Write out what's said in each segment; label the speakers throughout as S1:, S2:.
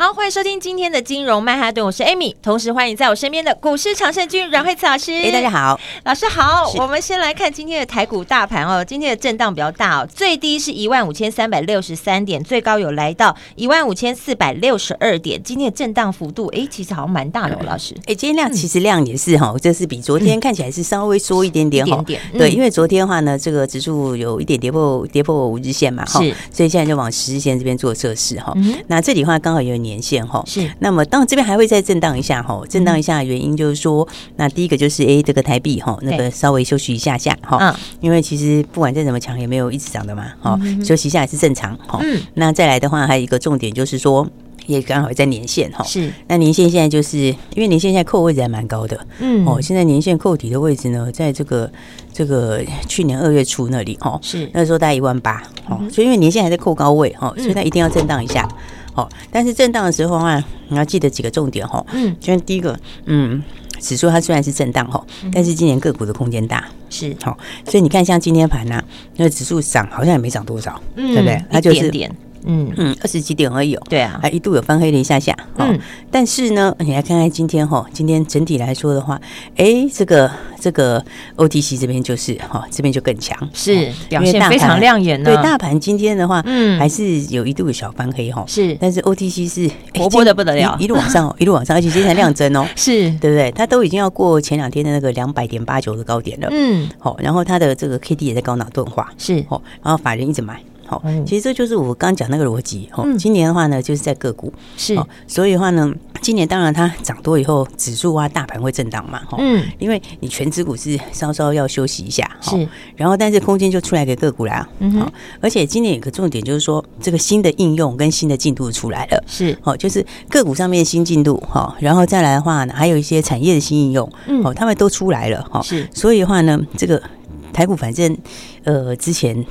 S1: 好，欢迎收听今天的金融曼哈顿，我是 Amy，同时欢迎在我身边的股市常胜军阮慧慈老师。
S2: 哎、大家好，
S1: 老师好，
S2: 是
S1: 我们先来看今天的台股大盘哦，今天的震荡比较大哦，最低是一万五千三百六十三点，最高有来到一万五千四百六十二点，今天的震荡幅度哎，其实好像蛮大的、哦，老师。
S2: 哎、今天量其实量也是哈，这是比昨天看起来是稍微缩一点点
S1: 嗯一
S2: 哈
S1: 点。点，嗯
S2: 对，因为昨天的话呢，这个指数有一点跌破跌破五日线嘛，
S1: 是
S2: 所以现在就往十日线这边做测试哈。
S1: 嗯哼
S2: 那这里的话刚好有年线哈，
S1: 是嗯
S2: 那么当然这边还会再震荡一下哈，震荡一下的原因就是说，那第一个就是诶这个台币哈，那
S1: 对
S2: 个稍微休息一下下哈，
S1: 嗯
S2: 因为其实不管再怎么强也没有一直涨的嘛，哈、
S1: 嗯哼
S2: 休息一下也是正常哈。
S1: 嗯
S2: 那再来的话，还有一个重点就是说，也刚好在年线哈。
S1: 是
S2: 那年线现在就是因为年线现在扣位置还蛮高的、
S1: 嗯
S2: 哦，现在年线扣底的位置呢，在这个这个去年二月初那里哦，
S1: 是
S2: 那时候大概一万八
S1: 嗯
S2: 哦，所以因为年线还在扣高位哦，所以它一定要震荡一下哦。但是震荡的时候啊，你要记得几个重点哦，
S1: 嗯
S2: 就像第一个，嗯，指数它虽然是震荡哦，
S1: 嗯
S2: 但是今年个股的空间大，
S1: 是
S2: 好、所以你看像今天盘呐、那指数涨好像也没涨多少，
S1: 嗯
S2: 对不对？它就
S1: 一点
S2: 是
S1: 点嗯
S2: 嗯二十几点而已、哦，
S1: 对啊
S2: 还一度有翻黑了一下下，哦、
S1: 嗯
S2: 但是呢，你来看看今天哈、今天整体来说的话，哎，这个这个 OTC 这边就是哈、这边就更强，
S1: 是表
S2: 哦因为
S1: 现
S2: 大
S1: 非常
S2: 盘
S1: 亮眼呢，
S2: 对大盘今天的话，
S1: 嗯
S2: 还是有一度有小翻黑哈、
S1: 是
S2: 但是 OTC 是诶
S1: 活泼得不得了
S2: 今一一路往 上哦，一路往上，而且今天量增哦，
S1: 是
S2: 对不对？它都已经要过前两天的那个两百点八九的高点了，
S1: 嗯
S2: 好、然后它的这个 K D 也在高脑钝化，
S1: 是
S2: 哦，然后法人一直买。好、
S1: 嗯
S2: 其实这就是我刚刚讲那个逻辑。哦，
S1: 嗯
S2: 今年的话呢，就是在个股。
S1: 是
S2: 哦，所以的话呢，今年当然它涨多以后，指数啊、大盘会震荡嘛。哦，
S1: 嗯
S2: 因为你全指股是稍稍要休息一下。哦
S1: 是
S2: 然后但是空间就出来给个股啦。
S1: 嗯哼
S2: 哦，而且今年有个重点就是说，这个新的应用跟新的进度出来了。
S1: 是
S2: 哦，就是个股上面的新进度哈、哦，然后再来的话呢，还有一些产业的新应用，
S1: 嗯
S2: 哦，他们都出来了哈、哦，
S1: 是
S2: 所以的话呢，这个台股反正呃之前。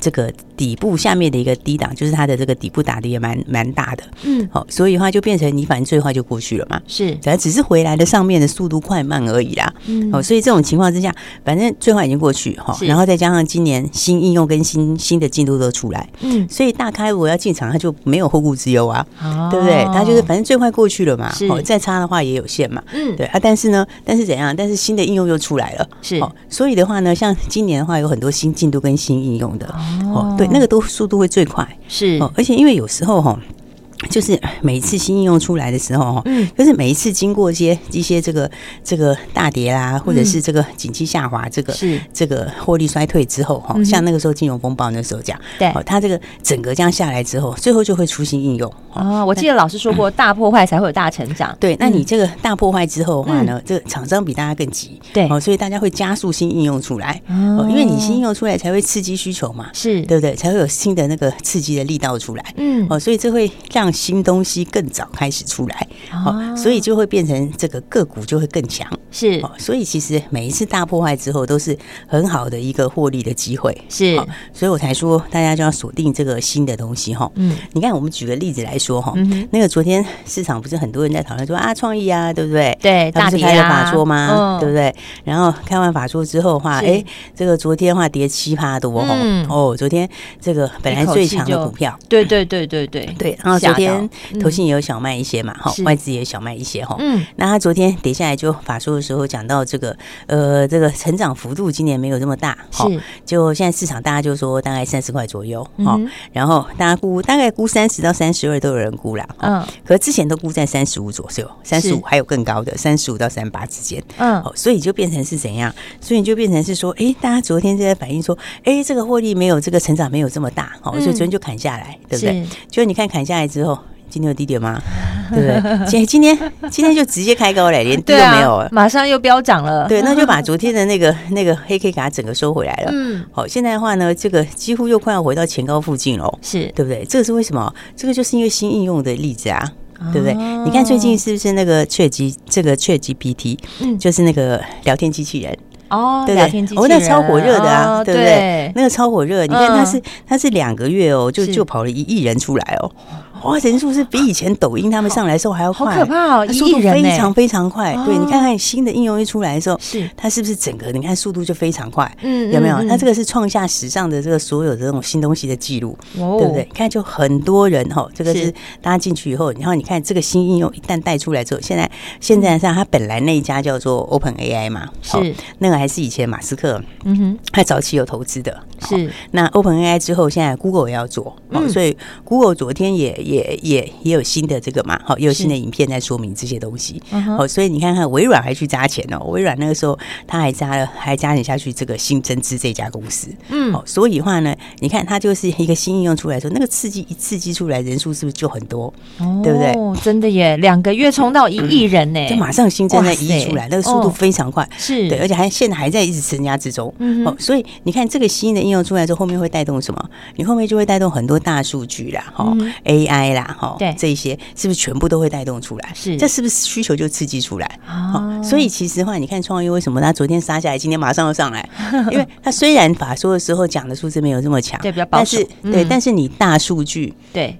S2: 这个底部下面的一个低档，就是它的这个底部打的也蛮蛮大的，
S1: 嗯
S2: 好、所以的话就变成你反正最坏就过去了嘛，
S1: 是
S2: 反正只是回来的上面的速度快慢而已啦，
S1: 嗯
S2: 哦，所以这种情况之下，反正最坏已经过去哈、
S1: 是
S2: 然后再加上今年新应用跟新新的进度都出来，
S1: 嗯
S2: 所以大开如果要进场，它就没有后顾之忧啊，
S1: 好
S2: 对不对？它就是反正最坏过去了嘛
S1: 哦
S2: 哦
S1: 是，
S2: 再差的话也有限嘛，
S1: 嗯
S2: 对啊。但是呢，但是怎样？但是新的应用又出来了，哦
S1: 是
S2: 所以的话呢，像今年的话，有很多新进度跟新应用的，
S1: 哦
S2: 对，那个都速度会最快
S1: 是
S2: 哦。而且因为有时候哈、哦，就是每一次新应用出来的时候哈、哦，
S1: 嗯
S2: 就是每一次经过一些一些这个这个大跌啦，或者是这个景气下滑，这个
S1: 嗯是嗯
S2: 这个获利衰退之后哈，
S1: 哼
S2: 像那个时候金融风暴那时候讲，
S1: 对
S2: 哦，它这个整个这样下来之后，最后就会出新应用。哦
S1: 哦，我记得老师说过，大破坏才会有大成长。
S2: 对，那
S1: 嗯
S2: 你这个大破坏之后的话呢，这个厂商比大家更急，
S1: 对
S2: 哦，所以大家会加速新应用出来，
S1: 哦
S2: 哦，因为你新应用出来才会刺激需求嘛，
S1: 是
S2: 对不对？才会有新的那个刺激的力道出来，
S1: 嗯
S2: 哦，所以这会让新东西更早开始出来，
S1: 哦
S2: 哦，所以就会变成这个个股就会更强，
S1: 是
S2: 哦，所以其实每一次大破坏之后都是很好的一个获利的机会，
S1: 是
S2: 哦所以我才说大家就要锁定这个新的东西哈。
S1: 嗯，
S2: 你看我们举个例子来说哈
S1: 嗯哼，
S2: 那个昨天市场不是很多人在讨论说啊创意啊，对不对？
S1: 对
S2: 他
S1: 大
S2: 不是
S1: 跌
S2: 开了
S1: 啊
S2: 法说吗？
S1: 嗯
S2: 对不对？然后开完法说之后的话，
S1: 是
S2: 哎，这个昨天的话跌七趴多
S1: 嗯
S2: 哦，哦，昨天这个本来
S1: 一口
S2: 最
S1: 气
S2: 强
S1: 就
S2: 的股票，
S1: 对对对对对
S2: 对，然后
S1: 吓
S2: 昨
S1: 到
S2: 天
S1: 嗯
S2: 投信也有小卖一些嘛，哈
S1: 是，
S2: 外资也小卖一些哈。
S1: 嗯
S2: 那他昨天跌下来就法说的时候讲到这个，呃，这个成长幅度今年没有这么大，哈
S1: 是
S2: 就现在市场大家就说大概三十块左右，
S1: 嗯
S2: 哈，
S1: 哼
S2: 然后大家估大概估三十到三十二都有人估啦，嗯，
S1: 嗯
S2: 可之前都估在三十五左右，三十五还有更高的三十五到三八之间，
S1: 嗯
S2: 哦，所以就变成是怎样？所以你就变成是说，诶，大家昨天就在反映说，诶，这个获利没有这个成长没有这么大，哦，所以昨天就砍下来，对不对
S1: 嗯是？
S2: 就你看砍下来之后。今天有低点吗？对不 对？今今天今天就直接开高了，连低
S1: 对
S2: 都没
S1: 啊
S2: 有了。
S1: 马上又飙涨了。
S2: 对，啊那就把昨天的那个那个黑 K 给它整个收回来了。
S1: 嗯
S2: 好，现在的话呢，这个几乎又快要回到前高附近了，哦
S1: 是
S2: 对不对？这个是为什么？这个就是因为新应用的例子啊，对不对？
S1: 哦
S2: 你看最近是不是那个 Chat G 这个 Chat GPT，
S1: 嗯
S2: 就是那个聊天机器人，
S1: 哦，
S2: 对不
S1: 聊天机
S2: 对？
S1: 器人
S2: 哦，那超火热的啊，
S1: 哦
S2: 对不对？那个超火热，你看
S1: 嗯
S2: 它是它是两个月哦，就是就跑了一亿人出来哦，哇，人数是比以前抖音他们上来的时候还要
S1: 好
S2: 快，
S1: 可怕哦，
S2: 它
S1: 一
S2: 速
S1: 亿
S2: 度
S1: 人
S2: 非
S1: 呢
S2: 常非常快。对你
S1: 哦
S2: 看看新的应用一出来的时候，
S1: 是，
S2: 它是不是整个你看速度就非常快？
S1: 嗯
S2: 有没有？那这
S1: 个
S2: 个是创下史上的这个所有的这种新东西的记录，
S1: 对
S2: 对不对？？你看，就很多人哈，这个
S1: 哦是
S2: 是大家进去以后，然后你看这个新应用一旦带出来之后，现在现在上它本来那一家叫做 Open AI 嘛，哦
S1: 是，
S2: 那个还是以前马斯克
S1: 嗯哼，
S2: 他早期有投资的，哦
S1: 是
S2: 那 Open AI 之后，现在 Google 也要做，哦，
S1: 嗯
S2: 所以 Google 昨天也也也也有新的这个嘛，好，也有
S1: 是
S2: 新的影片在说明这些东西。
S1: 嗯哼
S2: 哦，所以你看看微软还去砸钱哦，微软那个时候他还砸了，还加钱下去这个新增资这家公司。
S1: 嗯
S2: 哦，所以话呢，你看它就是一个新应用出来的时候，那个刺激一刺激出来，人数是不是就很多？对不对
S1: 哦？真的耶，两个月冲到一亿人呢，
S2: 就马上新增
S1: 哎哇
S2: 了一亿
S1: 塞
S2: 出来，那个速度
S1: 哦
S2: 非常快。
S1: 是
S2: 对，而且还现在还在一直增加之中。
S1: 嗯哼
S2: 哦，所以你看这个新的应用出来之后，后面会带动什么？你后面就会带动很多大数据啦，哈、
S1: 嗯
S2: a i 啦，哈、
S1: 对
S2: 这一些是不是全部都会带动出来？
S1: 是
S2: 这是不是需求就刺激出来？
S1: 啊
S2: 哦，所以其实话，你看创意为什么它昨天杀下来，今天马上要 上来？因为它虽然法说的时候讲的数字没有这么强，
S1: 对比较保
S2: 但
S1: 守
S2: 是、对，
S1: 嗯
S2: 但是你大数据
S1: 对，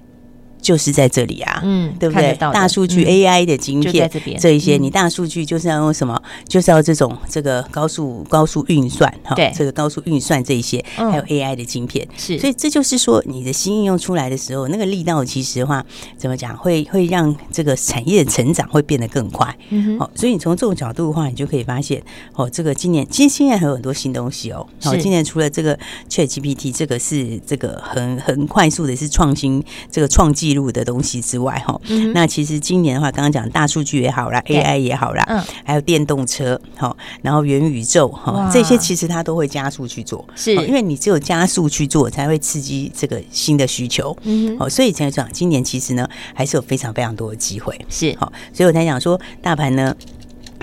S2: 就是在这里啊，
S1: 嗯，
S2: 对不
S1: 看
S2: 对
S1: 得？到的
S2: 大数据
S1: 嗯
S2: AI 的晶
S1: 就在
S2: 片
S1: 这边
S2: 这一些，
S1: 嗯
S2: 你大数据就是要用什么？就是要这种这个高速高速运算哈
S1: 对，
S2: 这个高速运算这一些，
S1: 嗯
S2: 还有 AI 的晶片。
S1: 是，
S2: 所以这就是说，你的新应用出来的时候，那个力道其实的话，怎么讲，会会让这个产业的成长会变得更快。
S1: 嗯哼
S2: 哦，所以你从这种角度的话，你就可以发现，哦，这个今年其实现在还有很多新东西哦。哦，
S1: 是
S2: 今年除了这个 Chat GPT，这个是这个很很快速的是创新这个创纪录的东西之外，哈、
S1: 嗯哼
S2: 那其实今年的话，刚刚讲大数据也好啦
S1: 对
S2: ，AI 也好啦，
S1: 嗯
S2: 还有电动车，好、然后元宇宙哈、
S1: 哇
S2: 这些其实它都会加速去做，
S1: 是
S2: 哦因为你只有加速去做，才会刺激这个新的需求。
S1: 嗯哼
S2: 哦，所以才讲今年其实呢，还是有非常非常多的机会。
S1: 是，
S2: 好、所以我才讲说大盘呢，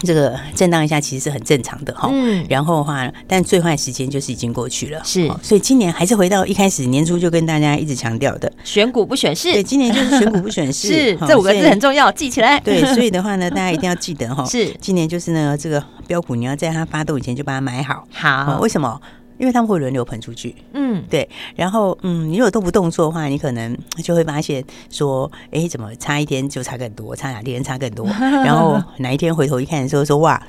S2: 这个震荡一下其实是很正常的哈。
S1: 嗯
S2: 然后的话，但最坏时间就是已经过去了，
S1: 是
S2: 好所以今年还是回到一开始年初就跟大家一直强调的，
S1: 选股不选
S2: 对，
S1: 市，
S2: 今年就是选股不选市，
S1: 是
S2: 好
S1: 这五个
S2: 所以
S1: 字很重要，记起来。
S2: 对， 所以的话呢，大家一定要记得哈，
S1: 是
S2: 今年就是呢，这个标股你要在它发动以前就把它买好，哦
S1: 好
S2: 为，什么？因为他们会轮流喷出去，
S1: 嗯，
S2: 对，然后嗯，你如果都不动作的话，你可能就会发现说，哎，怎么差一天就差更多，差两天差 更多，然后哪一天回头一看的时候说，哇，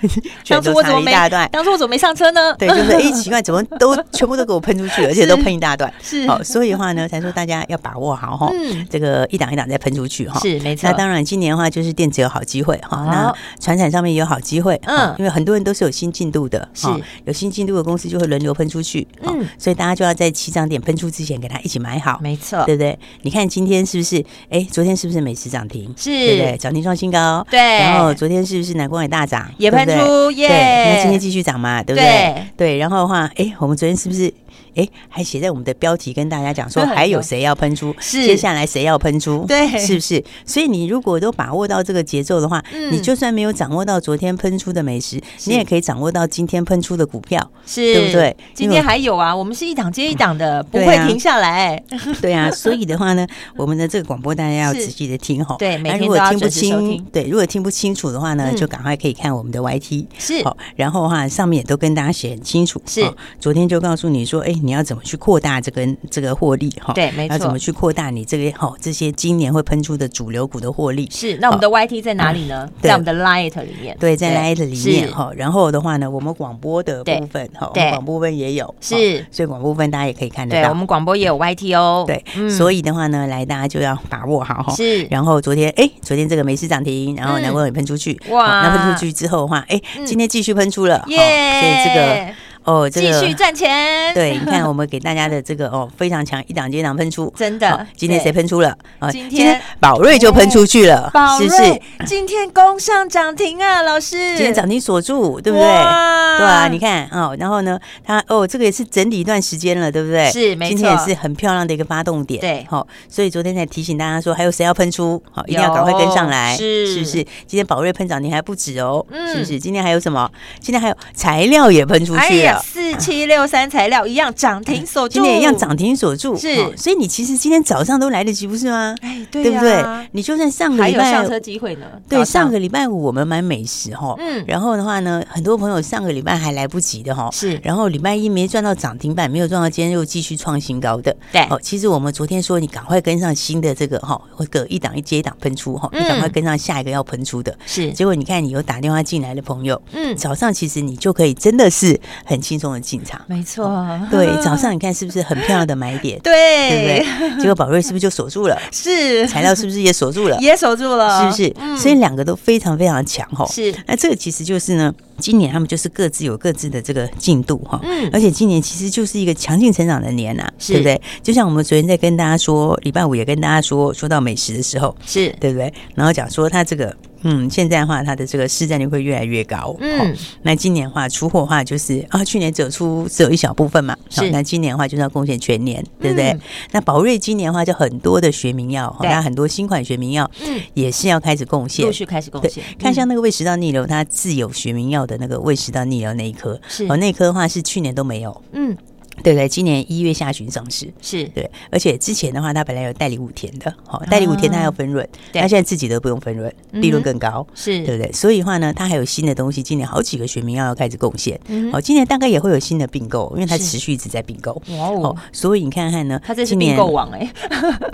S2: 全
S1: 当初
S2: 都
S1: 我
S2: 差
S1: 怎
S2: 了
S1: 么
S2: 一
S1: 没
S2: 大段，，
S1: 当初我怎么没上车呢？
S2: 对，就是哎，奇怪，怎么都全部都给我喷出去了，而且都喷一大段，
S1: 是
S2: 好，所以的话呢，才说大家要把握好哈，
S1: 嗯
S2: 这个一档一档再喷出去哈，
S1: 是没错
S2: 那，当然，今年的话就是电子有好机会哈
S1: 好，
S2: 那船产上面也有好机会，
S1: 嗯
S2: 嗯，因为很多人都是有新进度的，
S1: 是
S2: 哈有新进度的公司就会轮流喷出去，嗯
S1: 嗯，
S2: 所以大家就要在起涨点喷出之前给它一起买好，
S1: 没错，
S2: 对不对？你看今天是不是？哎，昨天是不是美食涨停？
S1: 是
S2: 对不对？涨停创新高，
S1: 对
S2: 然后昨天是不是南光也大涨，
S1: 也
S2: 对
S1: 喷
S2: 不对
S1: 出
S2: 对，那今天
S1: 耶，
S2: 继续涨嘛，对不
S1: 对
S2: 对？对，然后的话，哎，我们昨天是不是？哎，还写在我们的标题跟大家讲 说，
S1: 对
S2: 还有谁要喷出？
S1: 是
S2: 接下来谁要喷出？
S1: 对
S2: 是不是？所以你如果都把握到这个节奏的话，
S1: 嗯
S2: 你就算没有掌握到昨天喷出的美食，
S1: 是
S2: 你也可以掌握到今天喷出的股票。
S1: 是，
S2: 对不对
S1: 今
S2: 因为
S1: 天还有啊，我们是一档接一档的，不
S2: 对
S1: 会
S2: 啊
S1: 停下来。
S2: 对啊，所以的话呢，我们的这个广播大家要
S1: 是
S2: 仔细的听吼。
S1: 对每
S2: 那
S1: 天
S2: 哎如果
S1: 都要
S2: 听不
S1: 准时收
S2: 清
S1: 听，
S2: 对，如果听不清楚的话呢，
S1: 嗯
S2: 就赶快可以看我们的 YT。
S1: 是
S2: 好，然后的话上面也都跟大家写很清楚，
S1: 是
S2: 哦昨天就告诉你说，哎，你要怎么去扩大这个这个获利哈？
S1: 对没错
S2: 要怎么去扩大你这个哈这些今年会喷出的主流股的获利？
S1: 是，那我们的 YT 在哪里呢？
S2: 嗯对
S1: 在我们的 Light 里面，
S2: 对，在 Light 里面
S1: 是
S2: 哈，然后的话呢，我们广播的
S1: 对
S2: 部分哈，我
S1: 对
S2: 们广播部分也有哈
S1: 是
S2: 所以广播部分大家也可以看得
S1: 对我
S2: 到。
S1: 们广播也有 YT 哦，
S2: 对，
S1: 嗯
S2: 所以的话呢，来大家就要把握好哈。
S1: 是
S2: 然后昨天哎，昨天这个美市涨停，然后
S1: 嗯
S2: 南光也喷出去，
S1: 哇
S2: 好那喷出去之后的话，哎，
S1: 嗯
S2: 今天继续喷出了，
S1: 耶，
S2: 哦所以这个哦，这
S1: 继
S2: 个
S1: 续赚钱，
S2: 对，你看我们给大家的这个哦，非常强，一档接一档喷出，
S1: 真的
S2: 好今天
S1: 对
S2: 谁喷出了？啊
S1: 今天
S2: 宝瑞就喷出去了，
S1: 宝
S2: 是
S1: 瑞
S2: 不是？
S1: 今天攻上涨停啊，老师，
S2: 今天涨停锁住，对不对？
S1: 哇
S2: 对啊，你看哦，然后呢，它哦，这个也是整理一段时间了，对不对？
S1: 是没错
S2: 今天也是很漂亮的一个发动点，
S1: 对
S2: 好、所以昨天才提醒大家说，还有谁要喷出？好、一定要
S1: 有
S2: 赶快跟上来，
S1: 是
S2: 不是？今天宝瑞喷涨停还不止哦，
S1: 嗯
S2: 是不是？今天还有什么？今天还有材料也喷出去了，哎
S1: 哎呀下四七六三材料一样涨停锁住，
S2: 今天一样涨停锁住，哦
S1: 是
S2: 所以你其实今天早上都来得及，不是吗？
S1: 哎，
S2: 对
S1: 呀
S2: 不对？你就算上个
S1: 还
S2: 礼
S1: 有上车
S2: 拜，
S1: 机会呢。
S2: 对，
S1: 早
S2: 上个礼拜五我们买美食哈，
S1: 嗯
S2: 然后的话呢，很多朋友上个礼拜还来不及的哈，哦
S1: 是
S2: 然后礼拜一没赚到涨停板，没有赚到，今天又继续创新高的。
S1: 对
S2: 哦，其实我们昨天说你赶快跟上新的这个哈，或者一档一接一档喷出哈，你赶快
S1: 嗯
S2: 跟上下一个要喷出的。
S1: 是
S2: 结果你看，你有打电话进来的朋友，
S1: 嗯，
S2: 早上其实你就可以真的是很轻松的进场。
S1: 没错，？
S2: 对，早上你看是不是很漂亮的买点啊对
S1: 啊对，
S2: 不对？结果宝瑞是不是就 锁住了？
S1: 是
S2: 材料是不是也锁住了？
S1: 也守住了，
S2: 是不是？
S1: 嗯
S2: 所以两个都非常非常强吼。
S1: 是，
S2: 那这个其实就是呢，今年他们就是各自有各自的这个进度哈。
S1: 嗯
S2: 而且今年其实就是一个强劲成长的年呐、
S1: 是
S2: 对不对？就像我们昨天在跟大家说，礼拜五也跟大家说说到美食的时候，
S1: 是，
S2: 对不对？然后讲说它这个，嗯，现在的话它的这个市占率会越来越高。
S1: 嗯
S2: 哦，那今年的话出货的话就是啊，去年只有出只有一小部分嘛，
S1: 是
S2: 哦那今年的话就是要贡献全年，对不对？
S1: 嗯
S2: 那宝瑞今年的话就很多的学名药，哦
S1: 对
S2: 那很多新款学名药
S1: 嗯，
S2: 也是要开始贡献
S1: 陆。续开始贡
S2: 对
S1: 献，嗯，
S2: 看像那个胃食道逆流，它自有学名药的那个胃食道逆流那一颗，
S1: 是
S2: 哦，那一颗的话是去年都没有，
S1: 嗯
S2: 对不对？今年一月下旬上市，
S1: 是
S2: 对，而且之前的话，它本来有代理五田的，好、代理五田它要分润，
S1: 啊对嗯
S2: 它现在自己都不用分润，利润更高。对
S1: 是，
S2: 不对？所以的话呢，它还有新的东西，今年好几个学名药要开始贡献。
S1: 嗯
S2: 哦，今年大概也会有新的并购，因为它
S1: 是
S2: 持续一直在并购。
S1: 哇
S2: 哦
S1: 哦，，
S2: 所以你看看呢，
S1: 他这是
S2: 今年
S1: 并购，王哎，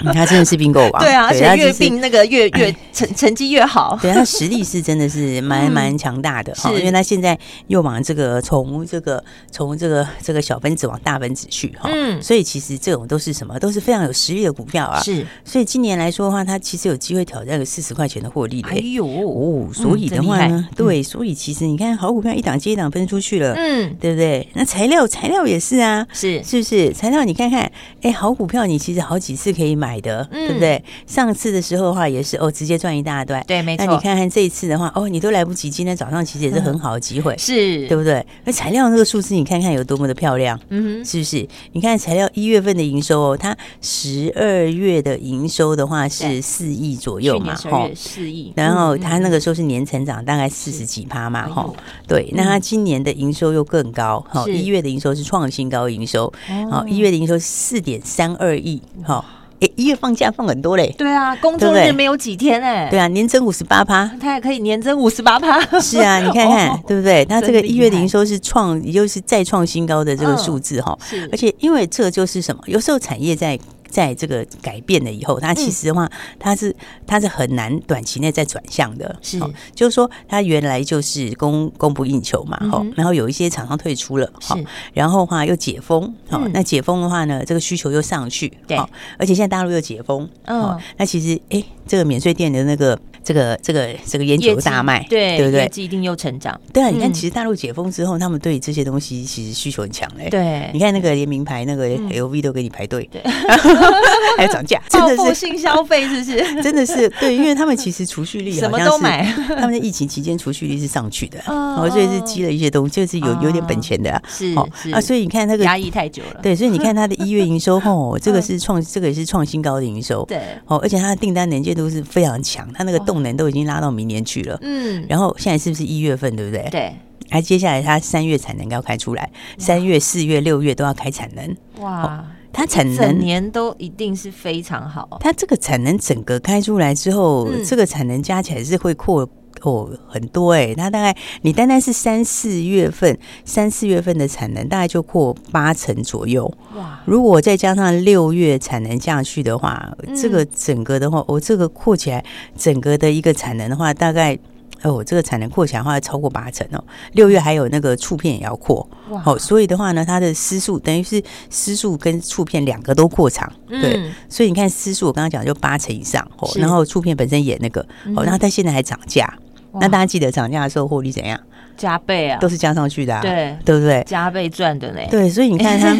S2: 嗯它真的是并购 王。
S1: 对啊，而且
S2: 它就
S1: 越
S2: 是哎
S1: 并那个越越成成绩越好，
S2: 对，它实力是真的是蛮蛮强大的哈，
S1: 嗯是
S2: 因为它现在又往这个从这个从这个这个小分子往大分子去哈，
S1: 嗯
S2: 所以其实这种都是什么都是非常有实力的股票啊。
S1: 是，
S2: 所以今年来说的话，它其实有机会挑战个四十块钱的获利
S1: 哎
S2: 嘞。
S1: 呦，嗯
S2: 哦，所以的话
S1: 真厉
S2: 呢，对，所以其实你看好股票一档接一档分出去了，
S1: 嗯，
S2: 对不对？那材料材料也是啊。
S1: 是
S2: 是不是材料？你看看，哎，好股票你其实好几次可以买的，
S1: 嗯
S2: 对不对？上次的时候的话也是哦，直接赚一大段，
S1: 对，没
S2: 那你
S1: 错，嗯
S2: 看看这一次的话，哦，你都来不及，今天早上其实也是很好的机会，
S1: 是，
S2: 对不对？那材料那个数字，你看看有多么的漂亮，
S1: 嗯哼，
S2: 是不是？你看材料一月份的营收哦，它十二月的营收的话
S1: 对
S2: 是四亿左右
S1: 去
S2: 嘛，
S1: 年十二月四亿，
S2: 然后
S1: 嗯
S2: 它
S1: 嗯
S2: 那个时候是年成长大概四
S1: 是
S2: 十几趴嘛，
S1: 哎呦嗯
S2: 哈、对。那它今年的营收又更高，哈，
S1: 是
S2: 一月的营收是创新高营收，
S1: 哦
S2: 好，一月的营收四点三二亿，哈，诶，一月放假放很多嘞，
S1: 对啊，工作
S2: 对不
S1: 日
S2: 对
S1: 没有几天哎，
S2: 对啊，年增五十八趴，
S1: 它也可以年增五十八趴，
S2: 是 啊，你看看
S1: 哦，
S2: 对不对？它这个
S1: 真厉
S2: 一月的
S1: 害
S2: 营收是创，也就是再创新高的这个
S1: 嗯
S2: 数字哈。
S1: 是
S2: 而，且，因为这就是什么？有时候产业在在这个改变了以后，
S1: 嗯
S2: 它其实的话，它是它是很难短期内再转向的。
S1: 是
S2: 哦就是说它原来就是供供不应求嘛，哈、
S1: 嗯哼
S2: 然后有一些厂商退出了，哈
S1: 是
S2: 然后的话又解封，好、
S1: 嗯
S2: 那解封的话呢，这个需求又上去，
S1: 对
S2: 好而且现在大陆又解封，
S1: 嗯
S2: 好那其实哎，这个免税店的那个这个这个这个烟
S1: 业
S2: 酒
S1: 绩
S2: 大卖，
S1: 对
S2: 对不对
S1: 业？绩一定又成长，
S2: 对啊，你看，
S1: 嗯
S2: 其实大陆解封之后，他们对这些东西其实需求很强哎。，
S1: 对
S2: 你，看那个连名牌那个
S1: 嗯
S2: LV 都给你排队，
S1: 对
S2: 还要涨价，真
S1: 报复
S2: 的是。
S1: 性消费是不是？
S2: 真的是对，因为他们其实储蓄率
S1: 什
S2: 好
S1: 么
S2: 像
S1: 都
S2: 是
S1: 买
S2: 他们的疫情期间储蓄率是上去的，
S1: 哦
S2: 哦，所以是积了一些东西，就是有有点本钱的啊，
S1: 是
S2: 哦
S1: 是
S2: 啊，所以你看那个
S1: 压抑太久了，
S2: 对，所以你看它的一月营 收，吼，这个是创，这个也是创新高的营收，
S1: 对，
S2: 哦，而且它的订单能见度是非常强，它那个
S1: 哇
S2: 动能都已经拉到明年去了。
S1: 嗯，
S2: 然后现在是不是一月份，对不对？。
S1: 对，
S2: 啊，接下来它三月产能要开出来，三月、四月、六月都要开产能，
S1: 哇，
S2: 它产
S1: 整
S2: 能。
S1: 年都一定是非常好，
S2: 它这个产能整个开出来之后，
S1: 嗯
S2: 这个产能加起来是会扩哦很多哎、它大概你单单是三四月份，三四月份的产能大概就扩八成左右，
S1: 哇，
S2: 如果再加上六月产能下去的话，
S1: 嗯
S2: 这个整个的话，我、这个扩起来，整个的一个产能的话，大概。哦，这个产能扩起来的话，超过八成哦。六月还有那个触片也要扩，
S1: 哇
S2: 好、所以的话呢，它的丝数等于是丝数跟触片两个都扩长，对。
S1: 嗯
S2: 所以你看丝数，我刚刚讲就八成以上哦，
S1: 是
S2: 然后触片本身也那个
S1: 嗯
S2: 哦，
S1: 哼
S2: 然后它现在还涨价，
S1: 哇
S2: 那大家记得涨价的时候获利怎样，
S1: 加倍啊
S2: 都，是加上去的、啊，
S1: 对，
S2: 对不对？
S1: 加倍赚的呢，
S2: 对，所以你 看它，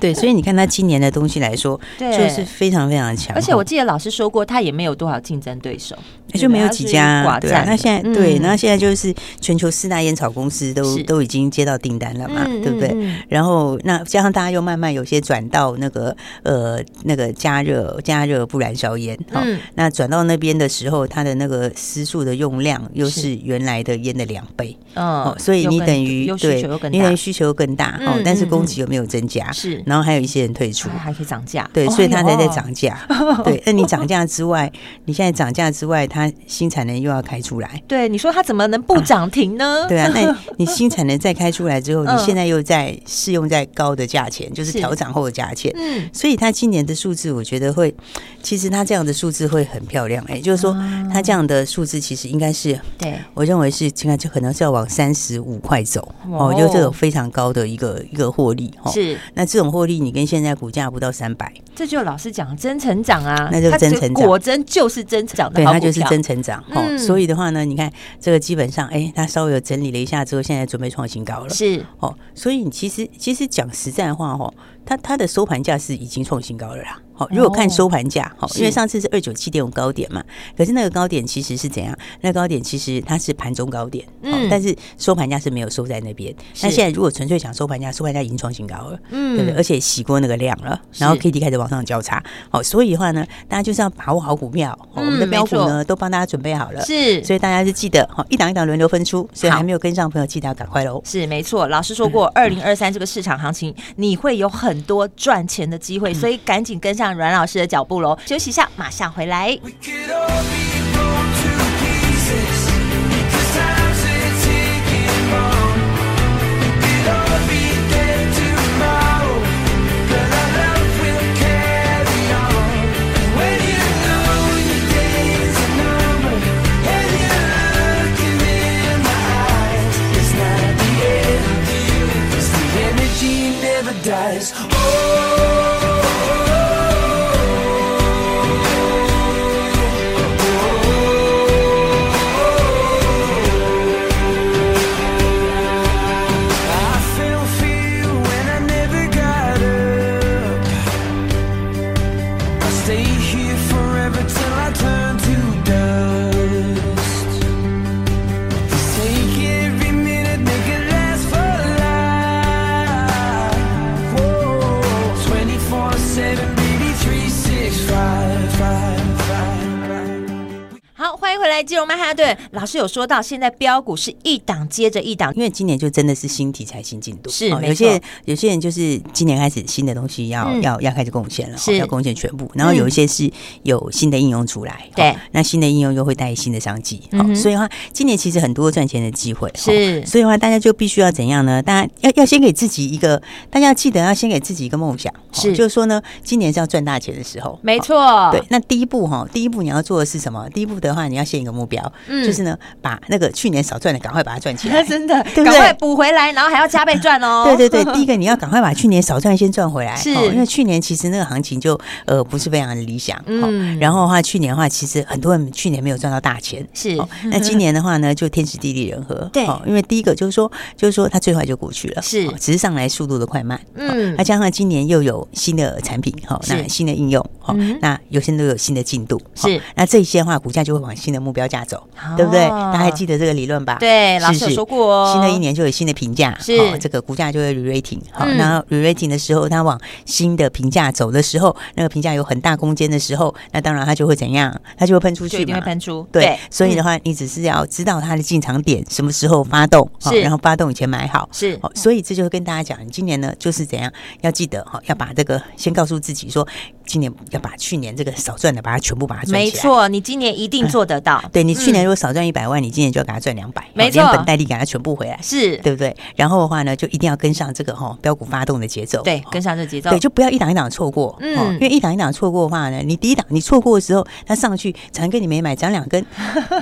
S2: 对，所以你看它今年的东西来说，
S1: 对
S2: 就是非常非常强。
S1: 而且我
S2: 哦
S1: 记得老师说过，他也没有多少竞争对手，对
S2: 就没有
S1: 它
S2: 几
S1: 是
S2: 家
S1: 寡
S2: 啊，对啊
S1: 占。的
S2: 那现在对，
S1: 嗯
S2: 那现在就是全球四大烟草公司都
S1: 是
S2: 都已经接到订单了嘛，
S1: 嗯
S2: 对不对？
S1: 嗯
S2: 然后那加上大家又慢慢有些转到那个呃那个加热加热不燃烧烟，好、
S1: 嗯
S2: 那转到那边的时候，它的那个私速的用量又
S1: 是
S2: 是原来的烟的两倍，
S1: 嗯嗯
S2: 哦，所以你等于
S1: 有更有需
S2: 对
S1: 求又更，
S2: 你等于
S1: 大，
S2: 需求更大
S1: 嗯
S2: 哦，但是
S1: 嗯
S2: 供给有没有增加？
S1: 是，
S2: 然后还有一些人 退出
S1: 啊，还可以涨价，
S2: 对，
S1: 哦
S2: 所以它才在。
S1: 哎
S2: 涨价。对，那你涨价之外，你现在涨价之外，它新产能又要开出来
S1: 呦。对，你说它怎么能不涨停 呢？
S2: 对啊，那你新产能再开出来之后，
S1: 嗯
S2: 你现在又在适用在高的价钱，就是
S1: 是
S2: 调涨后的价钱。
S1: 嗯，
S2: 所以它今年的数字，我觉得会，其实它这样的数字会很漂亮。也就是说，
S1: 哦
S2: 它这样的数字其实应该是，
S1: 对，
S2: 我认为是，应该就可能是要往三十五块走
S1: 哇哦
S2: 哦，就这种非常高的一个一个获利哦。
S1: 是，
S2: 那这种获利，你跟现在股价不到三百，
S1: 这就老师讲真成长啊，
S2: 那就
S1: 它
S2: 真
S1: 这
S2: 成长
S1: 果真就是真长的
S2: 对，
S1: 好
S2: 它
S1: 股
S2: 就是
S1: 票，
S2: 真成长哦。
S1: 嗯
S2: 所以的话呢，你看这个基本上，哎，它稍微有整理了一下之后，现在准备创新高了
S1: 是
S2: 哦。所以你其实其实讲实在话哦，它它的收盘价是已经创新高了啦。好、如果看收盘价，好、
S1: 哦是
S2: 因为上次是二九七点五高点嘛，可是那个高点其实是怎样？那高点其实它是盘中高点，哦
S1: 嗯
S2: 但是收盘价是没有收在那边。那
S1: 是
S2: 现在如果纯粹讲收盘价，收盘价已经创新高了，对不对？
S1: 嗯，
S2: 而且洗过那个量了，然后
S1: 是
S2: K D 开始往上交叉，好、所以的话呢，大家就是要把握好股票，哦我们的
S1: 嗯
S2: 标股
S1: 没错
S2: 呢都帮大家准备好了，
S1: 是
S2: 所以大家是记得哈、哦一档一档轮流分出，所以
S1: 好
S2: 还没有跟上的朋友记得要赶快喽。
S1: 是没错，老师说
S2: 嗯
S1: 过，二零二三这个市场行情，你会有很多赚钱的
S2: 嗯
S1: 机会，所以赶紧跟上阮老师的脚步喽。休息一下，马上回来。
S3: We could all be blown to pieces because time's a ticking bomb. We could all be dead tomorrow, but our love will carry on. When you know your days are numbered and you're looking in my eyes, it's not the end of you, it's the energy never dies. I fell for you when I never got up. I stay here forever till I turn to dust. Just take every minute, make it last for life. Whoa, twenty-four seven, baby, three six five five five.
S1: 好，欢迎回来，金融曼哈顿。老师有说到，现在标股是一档接着一档，
S2: 因为今年就真的是新题材、新进度，哦
S1: 是没
S2: 有些人
S1: 错
S2: 有些人就是今年开始新的东西要、
S1: 嗯
S2: 要要开始贡献了，哦
S1: 是嗯
S2: 要贡献全部，然后有一些是有新的应用出来，
S1: 对
S2: 哦那新的应用又会带新的商机，好、
S1: 嗯哼
S2: 所以的话，今年其实很多赚钱的机会，哦
S1: 是
S2: 所以的话，大家就必须要怎样呢？大家要要先给自己一个，大家要记得要先给自己一个梦想，哦
S1: 是
S2: 就是说呢，今年是要赚大钱的时候，
S1: 没
S2: 哦
S1: 错，
S2: 对，，那第一步哈，第一步你要做的是什么？第一步的话，你要先一个目标，
S1: 嗯
S2: 就是呢，把那个去年少赚的赶快把它赚 起来。
S1: 真的，
S2: 对不
S1: 赶快
S2: 对？
S1: 补回来，然后还要加倍赚哦。
S2: 对对对，第一个你要赶快把去年少赚先赚回来， 哦
S1: 是
S2: 因为去年其实那个行情就呃不是非常的理想，
S1: 嗯
S2: 嗯，然后的话去年的话，其实很多人去年没有赚到大钱，
S1: 是
S2: 哦那今年的话呢，就天时地利人和，哦
S1: 对
S2: 因为第一个就是说，就是说它最坏就过去了，
S1: 是
S2: 哦只是上来速度的快慢，
S1: 嗯
S2: 嗯，那加上今年又有新的产品，哈，
S1: 是
S2: 那新的应用，哈
S1: 嗯哼，
S2: 那有些都有新的进度，
S1: 是
S2: 哦，那这些的话，股价就会往新的目标价走，对不对？
S1: 哦
S2: 大家还记得这个理论吧？
S1: 对
S2: 是
S1: 老师有
S2: 是
S1: 说过哦
S2: 新的一年就有新的评价，
S1: 是
S2: 哦这个股价就会 re-rating，好，
S1: 嗯
S2: 那 re-rating 的时候，它往新的评价走的时候，那个评价有很大空间的时候，那当然它就会怎样？它就会喷出
S1: 就
S2: 去
S1: 一定会
S2: 嘛。
S1: 喷出。嗯
S2: 对，所以的话，你只是要知道它的进场点什么时候发动，好
S1: 是
S2: 然后发动以前买好。
S1: 是
S2: 好，所以这就是跟大家讲，你今年呢就是怎样，要记得哈，要把这个先告诉自己说，今年要把去年这个少赚的，把它全部把它赚
S1: 没
S2: 起来。哎
S1: 错，你今年一定做得到。
S2: 对你去
S1: 嗯
S2: 年如果少赚一百万，你今年就要给它赚两百，
S1: 没
S2: 好
S1: 错
S2: 连本带利给它全部回来，
S1: 嗯是，
S2: 对不对？然后的话呢，就一定要跟上这个哈、标股发动的节奏，
S1: 对
S2: 哦，
S1: 跟上这节奏
S2: 对，，就不要一档一档错过，
S1: 嗯
S2: 哦因为一档一档错过的话呢，你第一档你错过的时候，它上去涨一根你没买，涨 两根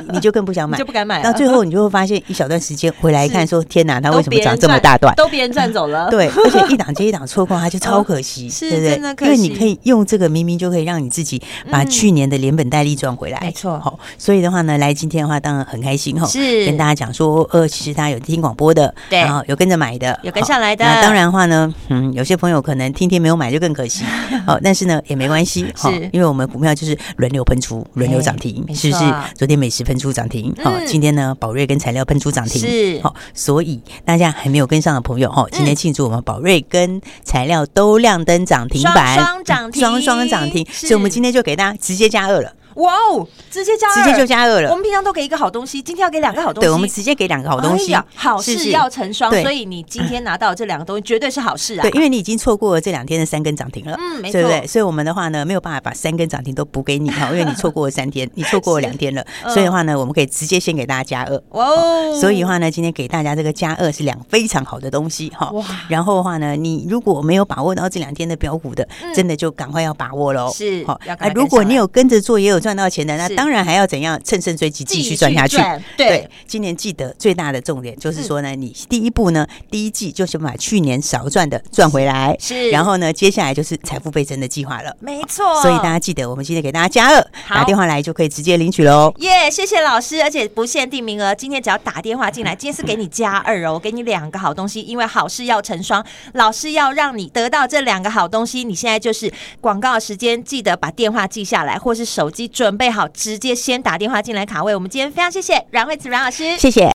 S2: 你你就更不想
S1: 你
S2: 买
S1: 就，不敢买了。
S2: 到最后你就会发现一小段时间回来一看
S1: 是
S2: 说，天哪，它
S1: 都
S2: 为什么
S1: 别人
S2: 涨这么
S1: 赚
S2: 大段？
S1: 都别人赚走了。
S2: 对，而且一档接一档错过，它就超可惜，
S1: 哦是
S2: 对不对？
S1: 真的可
S2: 因为你
S1: 惜
S2: 可以用这个明明就可以让你自己把
S1: 嗯
S2: 去年的连本带利赚回来，
S1: 没错
S2: 好、所以的话呢，来今天的话，当然很开心哈、
S1: 是
S2: 哦跟大家讲说，呃，其实他有听广播的，
S1: 对
S2: 然后有跟着买的，
S1: 有跟
S2: 好
S1: 上来的
S2: 那当然的话呢，嗯，有些朋友可能天天没有买就更 可惜，哦，但是呢也没关系，好
S1: 是
S2: 因为我们股票就是轮流喷出，轮流
S1: 哎
S2: 涨停
S1: 没，
S2: 是不
S1: 错
S2: 是？昨天美食喷出涨停，好、
S1: 嗯
S2: 今天呢宝瑞跟材料喷出涨停，
S1: 是
S2: 好、所以大家还没有跟上的朋友，哦，今天
S1: 嗯
S2: 庆祝我们宝瑞跟材料都亮灯涨停板，
S1: 双双涨停
S2: 双双涨停，
S1: 是
S2: 所以我们今天就给大家直接加二了。
S1: 哇哦，直接加二
S2: 直接就加二
S1: 我
S2: 了。
S1: 们平常都给一个好东西，今天要给两个好东西。
S2: 对，我们直接给两个好东
S1: 哎
S2: 西
S1: 呀，好
S2: 是不
S1: 事
S2: 是
S1: 要成双，
S2: 对
S1: 所以你今天拿到这两个东西，绝对是好事啊。
S2: 对，因为你已经错过了这两天的三根涨停了，
S1: 嗯没
S2: 对不
S1: 错
S2: 对？所以我们的话呢，没有办法把三根涨停都补给你哈，因为你错过了三天，你错过了 两天了，
S1: 嗯
S2: 所以的话呢，我们可以直接先给大家加二。
S1: 哇哦，
S2: 所以的话呢，今天给大家这个加二是两非常好的东西哈
S1: 哇。
S2: 然后的话呢，你如果没有把握到这两天的标股的，真的就赶快要把握喽。
S1: 嗯是
S2: 好
S1: 要赶快
S2: 啊
S1: 跟
S2: 如果
S1: 上
S2: 你
S1: 来
S2: 有跟着做也有赚到钱的，那
S1: 是
S2: 当然还要怎样乘胜追击继续赚下去
S1: 继续。赚对，嗯
S2: 今年记得最大的重点就是说呢，你第一步呢，第一季就是把去年少赚的赚回来，
S1: 是
S2: 然后呢，接下来就是财富倍增的计划了。
S1: 没错，
S2: 所以大家记得，我们今天给大家加二，
S1: 哦好
S2: 打电话来就可以直接领取喽。
S1: 耶谢谢老师，而且不限定名额，今天只要打电话进来，今天是给你加二哦，我给你两个好东西，因为好事要成双，老师要让你得到这两个好东西，你现在就是广告时间，记得把电话记下来，或是手机准备好，直接先打电话进来卡位。我们今天非常谢谢阮慧慈阮老师，
S2: 谢谢。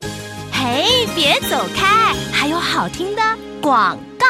S4: 嘿，别走开，还有好听的广告。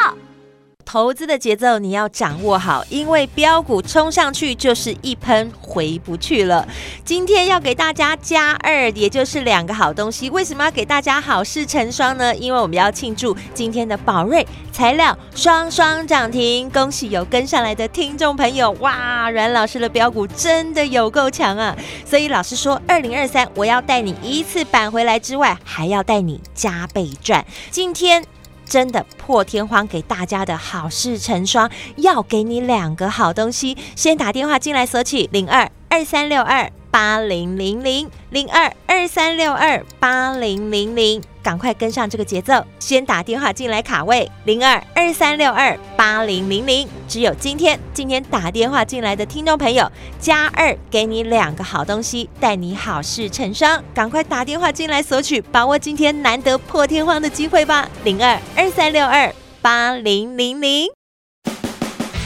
S1: 投资的节奏你要掌握好，因为标股冲上去就是一喷回不去了。今天要给大家加二，也就是两个好东西。为什么要给大家好事成双呢？因为我们要庆祝今天的宝瑞材料双双涨停，恭喜有跟上来的听众朋友！哇，阮老师的标股真的有够强啊！所以老师说，二零二三我要带你一次扳回来之外，还要带你加倍赚。今天。真的破天荒给大家的好事成双，要给你两个好东西。先打电话进来索取零二二三六二八零零零零二二三六二八零零零，赶快跟上这个节奏，先打电话进来卡位零二二三六二八零零零。只有今天，今天打电话进来的听众朋友，加二给你两个好东西，带你好事成双。赶快打电话进来索取，把握今天难得破天荒的机会吧！零二二三六二八零零零。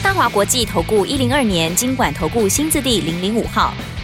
S4: 大华国际投顾一零二年经管投顾新字第零零五号。